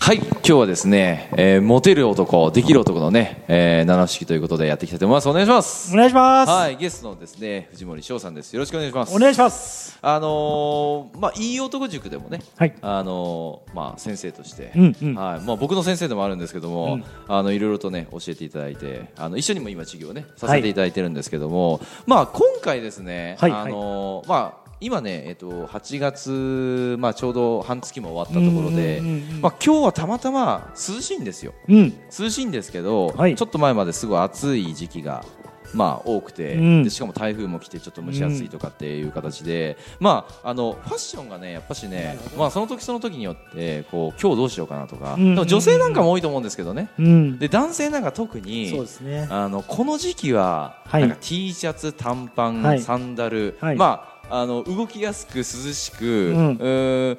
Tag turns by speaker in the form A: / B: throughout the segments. A: はい今日はですね、えーモテる男できる男のね、えー、七不思議ということでやっていきたいと思いますお願いします
B: お願いします。
A: はいゲストのですね藤森翔さんですよろしくお願いします
B: お願いします。
A: あのーまあいい男塾でもね、
B: はい
A: あのーまあ先生として、
B: うんうん
A: はい、まあ僕の先生でもあるんですけども、
B: うん
A: あのいろいろとね教えていただいて、あの一緒にも今授業をねさせていただいてるんですけども、まあ今回ですね、
B: はい
A: あのーまあ今ねえっと8月まあちょうど半月も終わったところで、
B: うんうんうんうん
A: まあ今日はたまたま涼しいんですよ。
B: うん。
A: 涼しいんですけど、
B: はい
A: ちょっと前まですごい暑い時期が。まあ多くて、
B: うん
A: でしかも台風も来てちょっと蒸し暑いとかっていう形で、まああのファッションがねやっぱしね、まあその時その時によってこう今日どうしようかなとか、
B: うん
A: でも女性なんかも多いと思うんですけどね。
B: うん。
A: で男性なんか特に
B: そうですね。
A: あのこの時期は、
B: はい
A: なんか T シャツ短パン、
B: はい
A: サンダル、
B: はい
A: まああの動きやすく涼しく、
B: う
A: う
B: ん
A: ーん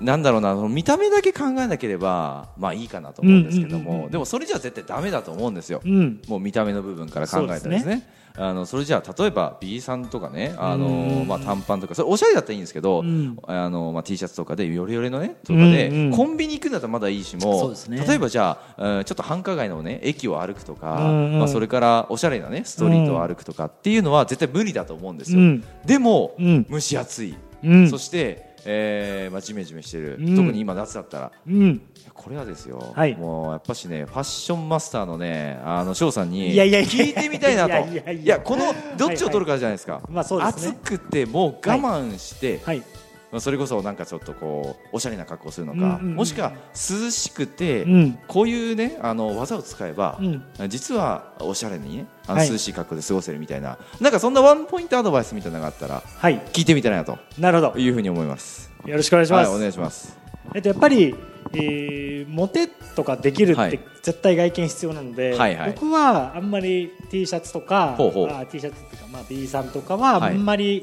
A: なんだろうなその見た目だけ考えなければまあいいかなと思うんですけども、
B: うんうんうんうん
A: でもそれじゃ絶対ダメだと思うんですよ。
B: うん。
A: もう見た目の部分から考えたらですね
B: そうで
A: あのそれじゃあ例えば B さんとかねあ
B: うんうんう
A: の、
B: ん
A: まあ、短パンとかそれおしゃれだったらいいんですけど、
B: うん
A: あのまあ、T シャツとかでヨレヨレのねとかで、
B: うんうん
A: コンビニ行くんだったらまだいいし
B: そう
A: も、
B: ですね
A: 例えばじゃあ、えーちょっと繁華街のね駅を歩くとか、
B: うんうん
A: まあ、それからおしゃれなねストリートを歩くとかっていうのは絶対無理だと思うんですよ。
B: うん
A: でも、
B: うん
A: 蒸し暑い、
B: うん
A: そして、えーまあ、ジメジメしてる、
B: うん
A: 特に今夏だったら
B: うん。
A: これはですよ、
B: はい
A: もうやっぱしねファッションマスターのねあの翔さんに
B: いやいやいや
A: 聞いてみたいなと
B: いやいやいや
A: このどっちを取るかじゃないですか、
B: まあそうですね
A: 暑くてもう我慢して、
B: はい。
A: まあ、それこそなんかちょっとこうおしゃれな格好をするの
B: うん
A: か、
B: うんうん
A: もしくは涼しくて、
B: うん
A: こういうねあの技を使えば、
B: う
A: 実はおしゃれにねあの
B: はい
A: 涼しい格好で過ごせるみたいな、なんかそんなワンポイントアドバイスみたいなのがあったら
B: はい。
A: 聞いてみたいなと
B: なるほ
A: いうふうに思います。
B: ど。よろしくお願いします。
A: はい、お願いします。
B: えっとやっぱり、えーモテとかできるっ
A: はい
B: て絶対外見必要なので、
A: はいはい
B: 僕はあんまり T シャツとか、
A: ほうほう
B: あ T シャツっていうかまあ B さんとかは
A: は
B: あ
A: い
B: んまり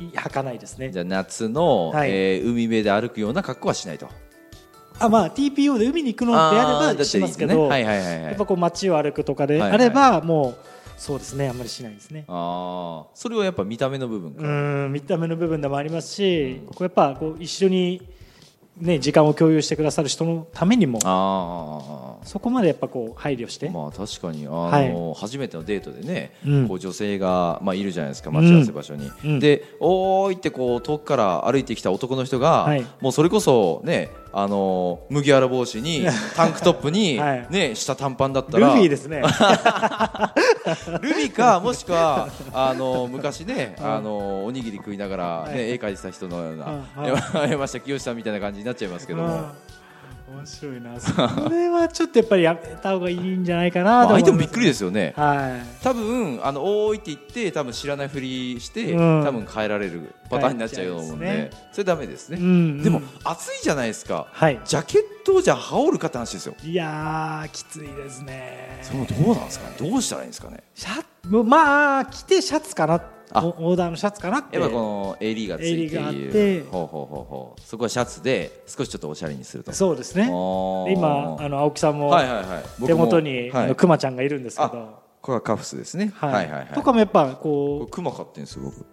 B: い履かないですね。
A: じゃあ夏の、
B: はい
A: えー海辺で歩くような格好はしないと。
B: あまあ TPO で海に行くのであ
A: ー
B: ればしますけ
A: だ
B: ど、
A: っていいねはいはいはいは
B: や
A: い
B: っぱ。こう街を歩くとかで
A: はい
B: あればもうそうですねあんまりしないですね。
A: ああ、それはやっぱ見た目の部分
B: う
A: か。
B: ーん見た目の部分でもありますし、こうやっぱこう一緒に、ね、時間を共有してくださる人のためにも
A: ああ。
B: そこまでやっぱこう配慮して、
A: まあ確かにあの、
B: はい
A: 初めてのデートでね、
B: うん
A: こう女性が、まあ、いるじゃないですか待ち合わせ場所に、
B: うん
A: で「おーい」ってこう遠くから歩いてきた男の人が、
B: はい
A: もうそれこそねあの麦わら帽子 にタンクトップに、
B: はい
A: ね、下短パンだった
B: ル
A: ら
B: フィですね
A: ルビかもしくはあの昔ねあのおにぎり食いながら、ね
B: はい
A: 絵描いてた人のような
B: うんうん
A: 山下清さんみたいな感じになっちゃいますけども、
B: あー面白いなそれはちょっとやっぱりやめた方がいいんじゃないか
A: ま
B: な
A: あ
B: と思い
A: 相手
B: ます
A: もびっくりですよね。
B: は
A: 多分あの多いって言って多分知らないふりして、
B: うん
A: 多分変えられるパターンになっちゃうと思うんで
B: 変えちゃいま
A: それダメですね、
B: い、うんうん
A: でも暑いじゃないですか、
B: はい
A: ジャケットをじゃあ羽織るかって話ですよ
B: いやーきついですね
A: それもどうなんですかねどうしたらいいんですかね
B: シャもうまあ着てシャツかな
A: あ
B: おオーダーのシャツかなって
A: やっぱこの襟がついている
B: 襟があって
A: ほうほうほうほうそこはシャツで少しちょっとおしゃれにすると
B: そうですね
A: おー
B: で今あの青木さんも
A: はいはいはい、僕
B: 手
A: も
B: 元に
A: は
B: あ
A: い
B: の、クマちゃんがいるんですけ
A: あ
B: ど、
A: これはカフスですね、はい、はいはいはい
B: とかもやっぱ
A: これ
B: こ
A: クマ飼ってんですよ僕
B: う、はい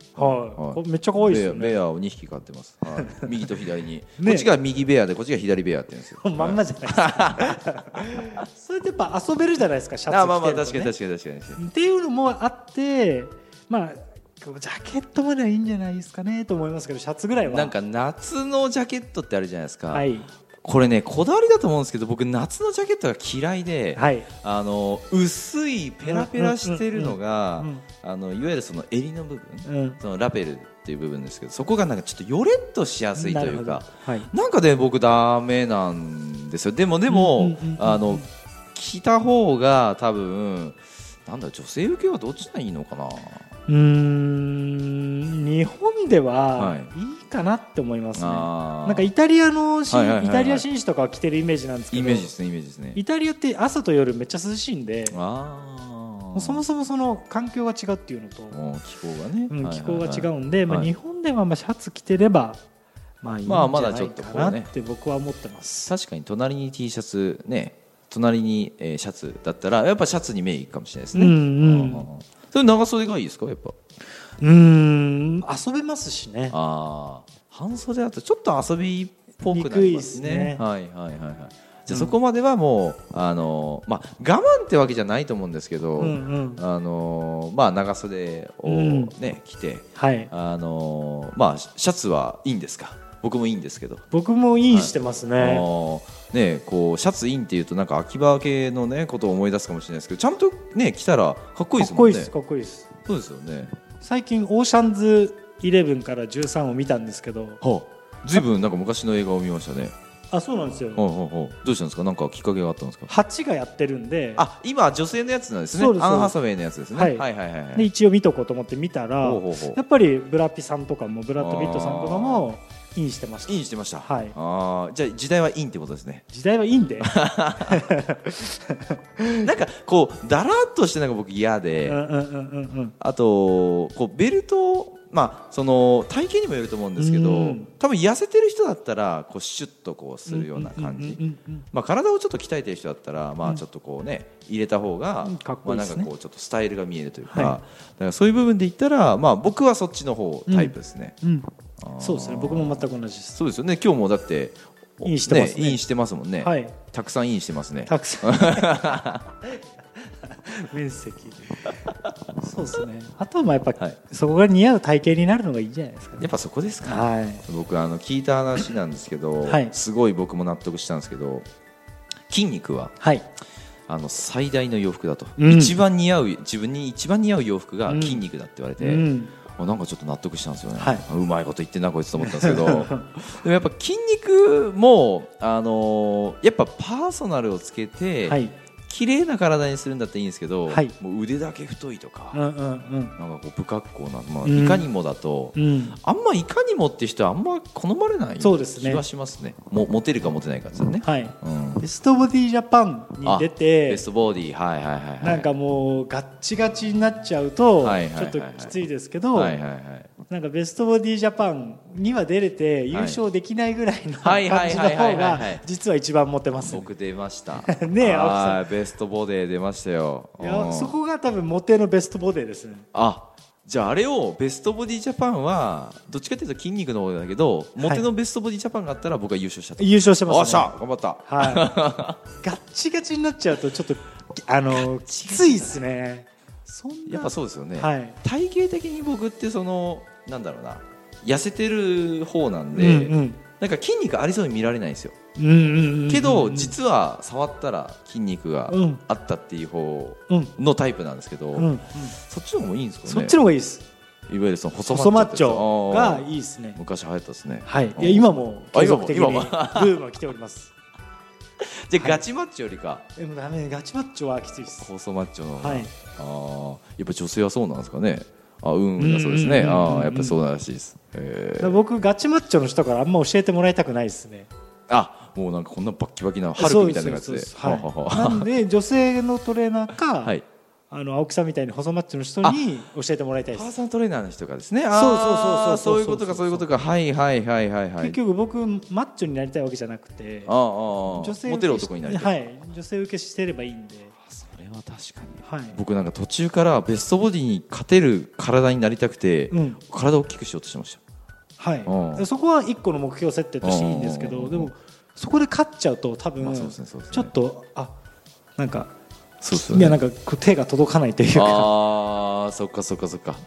B: こうめっちゃ可愛いです
A: ベ
B: よ
A: ア
B: ね。
A: ベアを2匹飼ってます、 はい、右と左に、
B: ね
A: こっちが右ベアでこっちが左ベアって言うんですよ
B: まんまじゃないですか。 それってやっぱ遊べるじゃないですかシャツ着て
A: あ
B: ると、ね。
A: まあまあ確かに確かに確かに
B: っていうのもあって、まあこうジャケットまではいいんじゃないですかねと思いますけど、シャツぐらいは。
A: なんか夏のジャケットってあるじゃないですか、
B: はい
A: これねこだわりだと思うんですけど僕夏のジャケットが嫌いで、
B: はい
A: あの薄いペラペラしてるのが、
B: うんうんうん
A: あのいわゆるその襟の部分、
B: うん
A: そのラペルっていう部分ですけどそこがなんかちょっとヨレッとしやすいという
B: なる
A: か
B: ほどはい
A: なんかね僕ダメなんですよでもでも、
B: うんうんうんうん
A: あの着た方が多分なんだ女性受けはどっちがいいのかな
B: うーん日本で
A: は
B: はいいいかなって思いますね。
A: あー
B: なんかイタリアの紳、
A: はいはいはいはい
B: イタリア紳士とかは着てるイメージなんですけど
A: イメージですねイメージですね
B: イタリアって朝と夜めっちゃ涼しいんで
A: あ
B: もうそもそもその環境が違うっていうのと、
A: も気候がね、
B: うん、気候が違
A: はいはいは
B: うんで、ま
A: は
B: あ、
A: い
B: 日本ではまあシャツ着てればまあいいんじ
A: まあ
B: ゃ
A: まだ
B: な
A: ちょ
B: い
A: っとこう
B: かな
A: ね
B: って僕は思ってま
A: い
B: す。
A: 確かに隣に T シャツね隣に、えーシャツだったらやっぱシャツに目いくかもしれないですね、
B: うんうん
A: んそれ長袖がいいですかやっぱ
B: うーん遊べますしね
A: ああ半袖だとちょっと遊びっぽくなりますね
B: にくいですね
A: はいはいはいはいじゃあそこまではもう、あのまあ、我慢ってわけじゃないと思うんですけど、
B: うんうん
A: あのまあ、長袖を、
B: うん
A: ね着て
B: はい
A: あのまあ、シャツはいいんですか僕もいいんですけど、
B: 僕もインしてますね、
A: あのね、こうシャツインっていうとなんか秋葉系の、ね、ことを思い出すかもしれないですけどちゃんと、ね、着たらかっこいいです
B: かっ
A: も
B: こ
A: ん
B: いい
A: ね
B: ですかっこいいです
A: そうですよね、
B: 最近オーシャンズイレブンから13を見たんですけど
A: はあ、ずいぶんなんか昔の映画を見ましたね、
B: あそうなんですよ
A: はあはあはあどうしたんですかなんかきっかけがあったんですか
B: 8がやってるんで
A: あ今女性のやつなんですね
B: そうです
A: アン・ハサウェイのやつですね、
B: はい
A: はいはいはいはい
B: で一応見とこうと思って見たら
A: ほうほうほう
B: やっぱりブラピさんとかもブラッド・ピットさんとかもインしてました
A: インしてました、
B: はい
A: あーじゃあ時代はインってことですね
B: 時代はいいんで
A: なんかこうだらっとしてなんか僕嫌
B: う
A: で、
B: んうんうんうんうん
A: あとこうベルトをまあその体型にもよると思うんですけど、
B: うん
A: 多分痩せてる人だったらこうシュッとこうするような感じ、
B: うんうん
A: まあ、体をちょっと鍛えてる人だったら、まあ、ちょっとこうね、入れた方が
B: うんかっこいいですね
A: まあ、なんかこうちょっとスタイルが見えるというか,、
B: はい
A: だからそういう部分で言ったら、まあ、僕はそっちの方タイプですね、
B: うんうん
A: あー
B: そうですね僕も全く同じです
A: そうですよね今日もだって
B: インしてますね
A: インしてますもんね、
B: はい
A: たくさんインしてますね
B: た くさん面積そうですねあとはまあやっぱ、
A: はい
B: そこが似合う体型になるのがいいんじゃないですかね
A: やっぱそこですか、
B: はい
A: 僕あの聞いた話なんですけど、
B: はい
A: すごい僕も納得したんですけど筋肉は
B: はい
A: あの最大の洋服だと、
B: うん
A: 一番似合う自分に一番似合う洋服が筋肉だって言われて、
B: うん
A: あなんかちょっと納得したんですよね、
B: はいう
A: まいこと言ってんなこいつと思ったんですけ どでもやっぱ筋肉も、あのーやっぱパーソナルをつけて、
B: はい
A: 綺麗な体にするんだっていいんですけど、
B: はい
A: もう腕だけ太いとか、
B: うんうん
A: なんかこう不格好な、まあ、
B: うん
A: いかにもだと、
B: うんうん
A: あんまいかにもって人はあんま好まれない気
B: そうですね
A: がしますねもモテるかモテないかですよね、
B: はい
A: うん、
B: ベストボディジャパンに出
A: あ
B: て
A: ベストボディはいはいはいはい
B: なんかもうガッチガチになっちゃうと
A: はい
B: ち
A: はい
B: ょ
A: は
B: っ
A: い
B: ときついですけど、
A: はいはいはい
B: なんかベストボディジャパンには出れて優勝できないぐらいの
A: は
B: 感
A: い
B: じ
A: はい
B: の
A: はいはいはい
B: 方
A: はい
B: が実は一番モテますね
A: 僕出ました
B: ねえ
A: はいベストボディ出ましたよ
B: いや
A: うん
B: そこが多分モテのベストボディですね
A: あじゃああれをベストボディジャパンはどっちかというと筋肉の方だけどモテのベストボディジャパンがあったら僕は優勝したと、
B: 優勝して
A: お
B: ま
A: っ
B: す
A: し
B: ね
A: ゃ頑張った
B: はい、ガッチガチになっちゃうとちょっとあのきついですねそんな
A: やっぱそうですよね、
B: はい
A: 体型的に僕ってそのなんだろうな痩せてる方なんで、
B: うんうん
A: なんか筋肉ありそうに見られないんですよ
B: うんうんうん
A: けど実は触ったら筋肉が
B: うん
A: あったっていう方
B: うん
A: のタイプなんですけど、
B: うん、うん、
A: そっちの方もいいんですかね
B: そっちの方がいいです
A: いわゆるその細
B: 細マ
A: マッ
B: ッ
A: チ
B: チ
A: ョ
B: ョが
A: い
B: いいですね
A: 昔流行ったですね
B: はい
A: うん
B: いや今も
A: あ
B: 継
A: 今も
B: 続的に ブ
A: 今も
B: ームは来ております
A: じゃあガチマッチョよりか
B: でもダメガチマッチョはきついです
A: 細マッチョの方が、
B: はい
A: あーやっぱ女性はそうなんですかねあうんうんだそうですね
B: うんうんうんうんうん
A: あーやっぱそうらしいです、えー、
B: 僕ガチマッチョの人からあんま教えてもらいたくないですね
A: あもうなんかこんなバッキバキなハルクみたいなやつ
B: そう
A: です
B: そうです
A: は
B: は
A: はい
B: なんで女性のトレーナーか、
A: はい
B: あの青木さんみたいに細マッチョの人に教えてもらいたいで
A: パー
B: す
A: ソナルトレーナーの人がですねあー
B: そう
A: そう
B: そうそうそう
A: いうことかそういうことかはいはいはいはいはい
B: 結局僕マッチョになりたいわけじゃなくて
A: あーあー
B: 女性受け
A: モテる男になりたい、
B: はい女性受けしてればいいんで
A: それは確かに
B: はい
A: 僕なんか途中からベストボディに勝てる体になりたくて、
B: うん
A: 体を大きくしようとしてました
B: は
A: うん
B: い、そこは一個の目標設定としていいんですけ
A: うんうん
B: ど
A: うんう
B: で
A: ん
B: もそこで勝っちゃうと多分、
A: まあそうですねそうですね
B: ちょっとあなんか
A: そうですよ
B: い
A: ね
B: やなんかこう手が届かないというか
A: ああそっかそっかそっか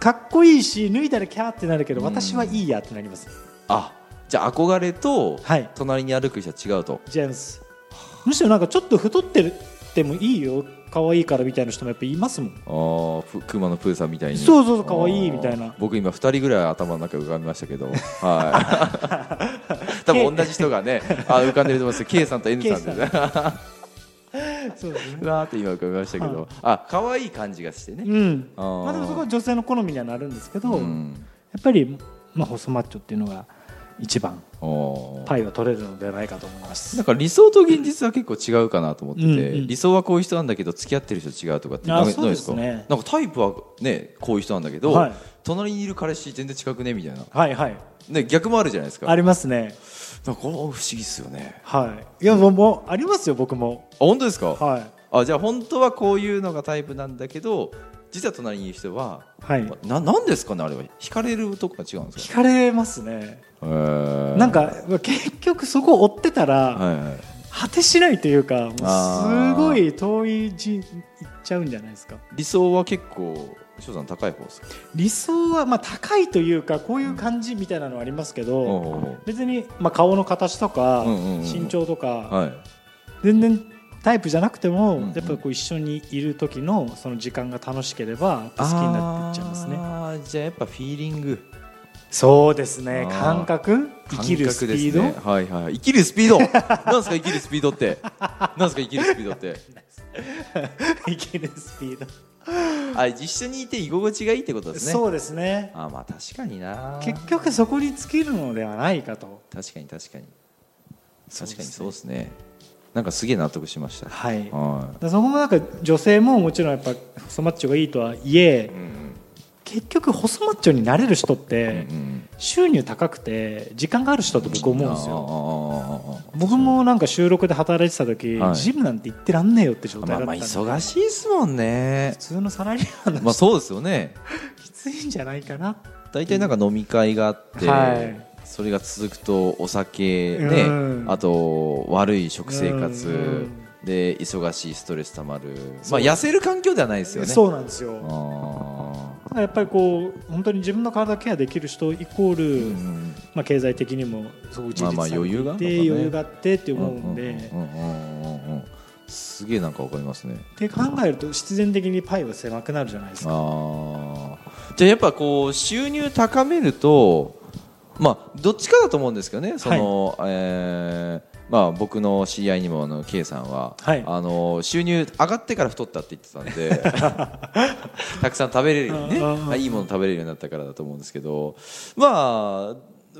B: かっこいいし脱いだらキャーってなるけど私はいいやってなります
A: あじゃあ憧れと
B: はい
A: 隣に歩く人は違うと、
B: ジェームスむしろなんかちょっと太ってるでもいいよ可愛いからみたいな人もやっぱいますもん
A: ああくまのプーさんみたいに
B: そうそうそう
A: あー
B: 可愛いみたいな
A: 僕今2人ぐらい頭の中浮かびましたけ どはい多分同じ人がねあー浮かんでると思いますけど K さんと N さんでね
B: そうですね
A: うわーって今浮かびましたけどあ可愛い感じがしてね
B: うん
A: あー
B: まあでもそこは女性の好みにはなるんですけど、
A: うん
B: やっぱり、まあ、細マッチョっていうのが一番
A: あー
B: パイは取れるのではないかと思います
A: なんか理想と現実は結構違うかなと思ってて、
B: うんうん
A: 理想はこういう人なんだけど付き合ってる人違うとかって
B: あ
A: な
B: そうですね
A: ないかなんかタイプはねこういう人なんだけど、
B: はい
A: 隣にいる彼氏全然違くねみたいな、
B: はいはい
A: ね、逆もあるじゃないですか
B: ありますね
A: なんかこれ不思議っすよねあ
B: はいいやもうもうありますよ僕も
A: 本当ですか、
B: は
A: あじゃあ本当はこういうのがタイプなんだけど実は隣にいる人は、
B: いはい
A: ななんですかねあれは惹かれるとこが違うんです
B: 惹かれますね
A: か、えー
B: なんか結局そこを追ってたら、
A: はいはい、
B: は果てしないというかもう
A: あー
B: すごい遠いじ行っちゃうんじゃないですか
A: 理想は結構翔さん高い方ですか
B: 理想はまあ高いというかこういう感じみたいなのはありますけど、
A: おうおう
B: 別に、まあ、顔の形とか、
A: うんうんうん
B: 身長とか、
A: おうはい
B: 全然タイプじゃなくても、
A: んうん
B: やっぱこう一緒にいる時のその時間が楽しければ好きになっていっちゃいますね
A: あーじゃあやっぱフィーリング
B: そうですね
A: あー
B: 感覚生きる
A: 感
B: ス
A: 覚
B: ピ
A: です
B: ード、
A: ねはいはい生きるスピードなんすか生きるスピードってなんすか生きるスピード って
B: 生きるスピード、
A: あ一緒にいて居心地がいいってことですね
B: そうですね
A: あまあ確かにな
B: 結局そこに尽きるのではないかと
A: 確かに確かに
B: そう
A: 確か
B: ですね
A: にそうですねなんかすげえ納得しました
B: はいだか
A: は
B: らそこもなんか女性ももちろんやっぱ細マッチョがいいとはいえ
A: い、うん
B: 結局細マッチョになれる人っ
A: うんう
B: て
A: ん
B: 収入高くて時間がある人だと僕思うんですよ
A: よ
B: 僕もなんか収録で働いてた時、
A: はい
B: ジムなんて行ってらんねえよって状
A: まあ
B: 態だったん
A: まあ
B: で、
A: 忙しいですもんね
B: 普通のサラリーマンの人、
A: まあそうですよね
B: きついんじゃないかな
A: 大体なんか飲み会があって、
B: はい
A: それが続くとお酒ね、
B: うん
A: あと悪い食生活、
B: うん
A: で忙しいストレスたまる、
B: そ
A: ま
B: う
A: あ、痩せる環境ではないですよね
B: そうなんですよ
A: あ
B: だからやっぱりこう本当に自分の体ケアできる人イコール、
A: ーうん
B: まあ、経済的にもすごく充実
A: まあまあ
B: されて
A: 余裕
B: い
A: がある
B: て
A: のかね
B: 余裕があってって思うんで、っ
A: うんうんうんうんうんすげえなんかわかりますね
B: て考えると必然的にパイは狭くなるじゃないですか
A: あーじゃあやっぱこう収入高めるとまあどっちかだと思うんですけどねその、えーまあ、僕の知り合いにもあの K さんは、
B: はい
A: あの収入上がってから太ったって言ってたん でたくさん食べれるようにね
B: あーあー
A: あいいもの食べれるようになったからだと思うんですけどまあ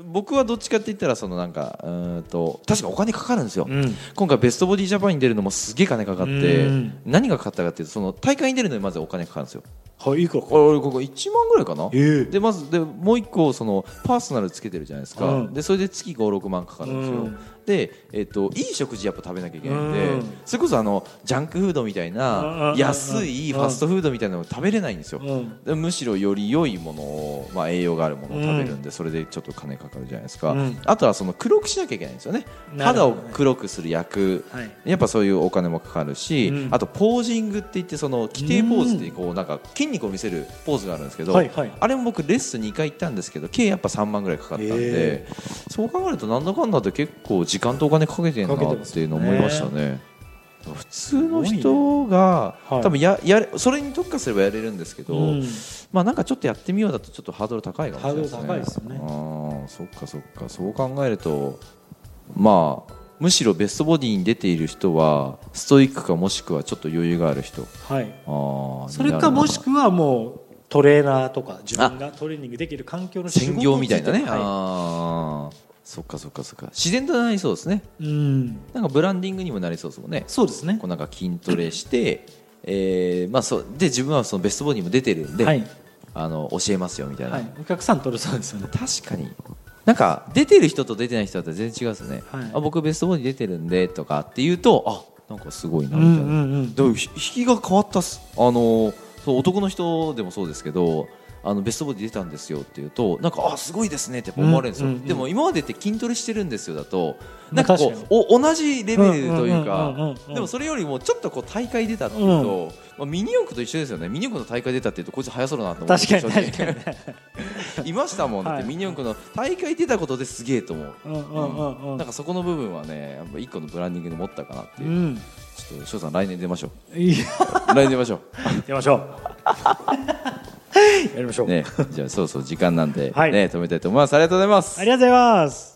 A: 僕はどっちかって言ったらそのなんかうーんと確かお金かかるんですよ、
B: うん
A: 今回ベストボディジャパンに出るのもすげえ金かかっ
B: う
A: て
B: ん
A: 何がかかったかっていうとその大会に出るのにまずお金かかるんですよ
B: はいいいかこ
A: これ俺ここ1万ぐらいかな
B: ええ
A: でまずでもう1個そのパーソナルつけてるじゃないですか、
B: うん
A: でそれで月56万かかるんですよ、
B: うん
A: で、えっといい食事やっぱ食べなきゃいけないんで、
B: うん
A: それこそあのジャンクフードみたい
B: うんうんう
A: なん安いファストフードみたいなの食べれないんですよ、
B: うん
A: でむしろより良いものを、まあ、栄養があるものを食べるんで、それでちょっと金かかるじゃないですか、
B: うん
A: あとはその黒くしなきゃいけないんですよね
B: なるほ
A: 肌
B: ど
A: を黒くする薬、
B: はい
A: やっぱそういうお金もかかるし、
B: うん
A: あとポージングって言ってその規定ポーズってこうなんか筋肉を見せるポーズがあるんですけど、
B: はいはい
A: あれも僕レッスン2回行ったんですけど計やっぱ3万ぐらいかかったんで、
B: へ
A: そう考えるとなんだかんだって結構時間とお金かけてんなっていうのを思いましたね。普通の人が、
B: すごいねはい
A: 多分ややれそれに特化すればやれるんですけど、
B: うん
A: まあなんかちょっとやってみようだとちょっとハードル高いかもしれないですね。
B: ハードル高いですよね
A: ああ、そっかそっか。そう考えると、まあむしろベストボディに出ている人はストイックかもしくはちょっと余裕がある人。
B: はい
A: ああ、
B: それかもし
A: く
B: くはもうトレーナーとか自分がトレーニングできる環境の仕事
A: 専業みたいなね。
B: につては
A: ああ、そっかそっかそっか。自然となりそうですね。
B: いうん
A: なんかブランディングにもなりそうですもんね。
B: そうですね
A: こうなんか筋トレして、えー、まあそうで自分はそのベストボディにも出てるんで、
B: はい
A: あの教えますよみたいな。
B: はい、お客さん取れそうですよね。
A: 確かになんか出てる人と出てない人だったら全然違うですよね、
B: はい
A: あ僕ベストボディ出てるんでとかって言うとあなんかすごいなみたいな、
B: うん。
A: でもひ引きが変わったっすあのそう男の人でもそうですけどあのベストボディ出たんですよっていうとなんかあすごいですねってやっぱ思われるんですよ、
B: うんうんうん
A: でも今までって筋トレしてるんですよだとなんかこ
B: まあ確
A: うお同じレベルという
B: うんうんうんうん
A: か
B: うん
A: でもそれよりもちょっとこう大会出たっていうと、まあ、ミニ四駆と一緒ですよねミニ四駆の大会出たっていうとこいつ速そうだなと思って
B: 確かに
A: 正直
B: 確かに。
A: いましたもん、だっ
B: はい
A: てミニ四駆の大会出たことですげえと思う。
B: うんうんうんうん
A: なんかそこの部分はね、やっぱ一個のブランディングで持ったかなって
B: う
A: いう。
B: ん。
A: ちょっと翔さん来年出ましょ
B: いや
A: う。来年出ましょ
B: やりましょ う。やりましょ
A: う。
B: う。
A: ね、じゃあそろそろ時間なんで、
B: はい
A: ね止めたいと思います。ありがとうございます
B: あ。りがとうございます。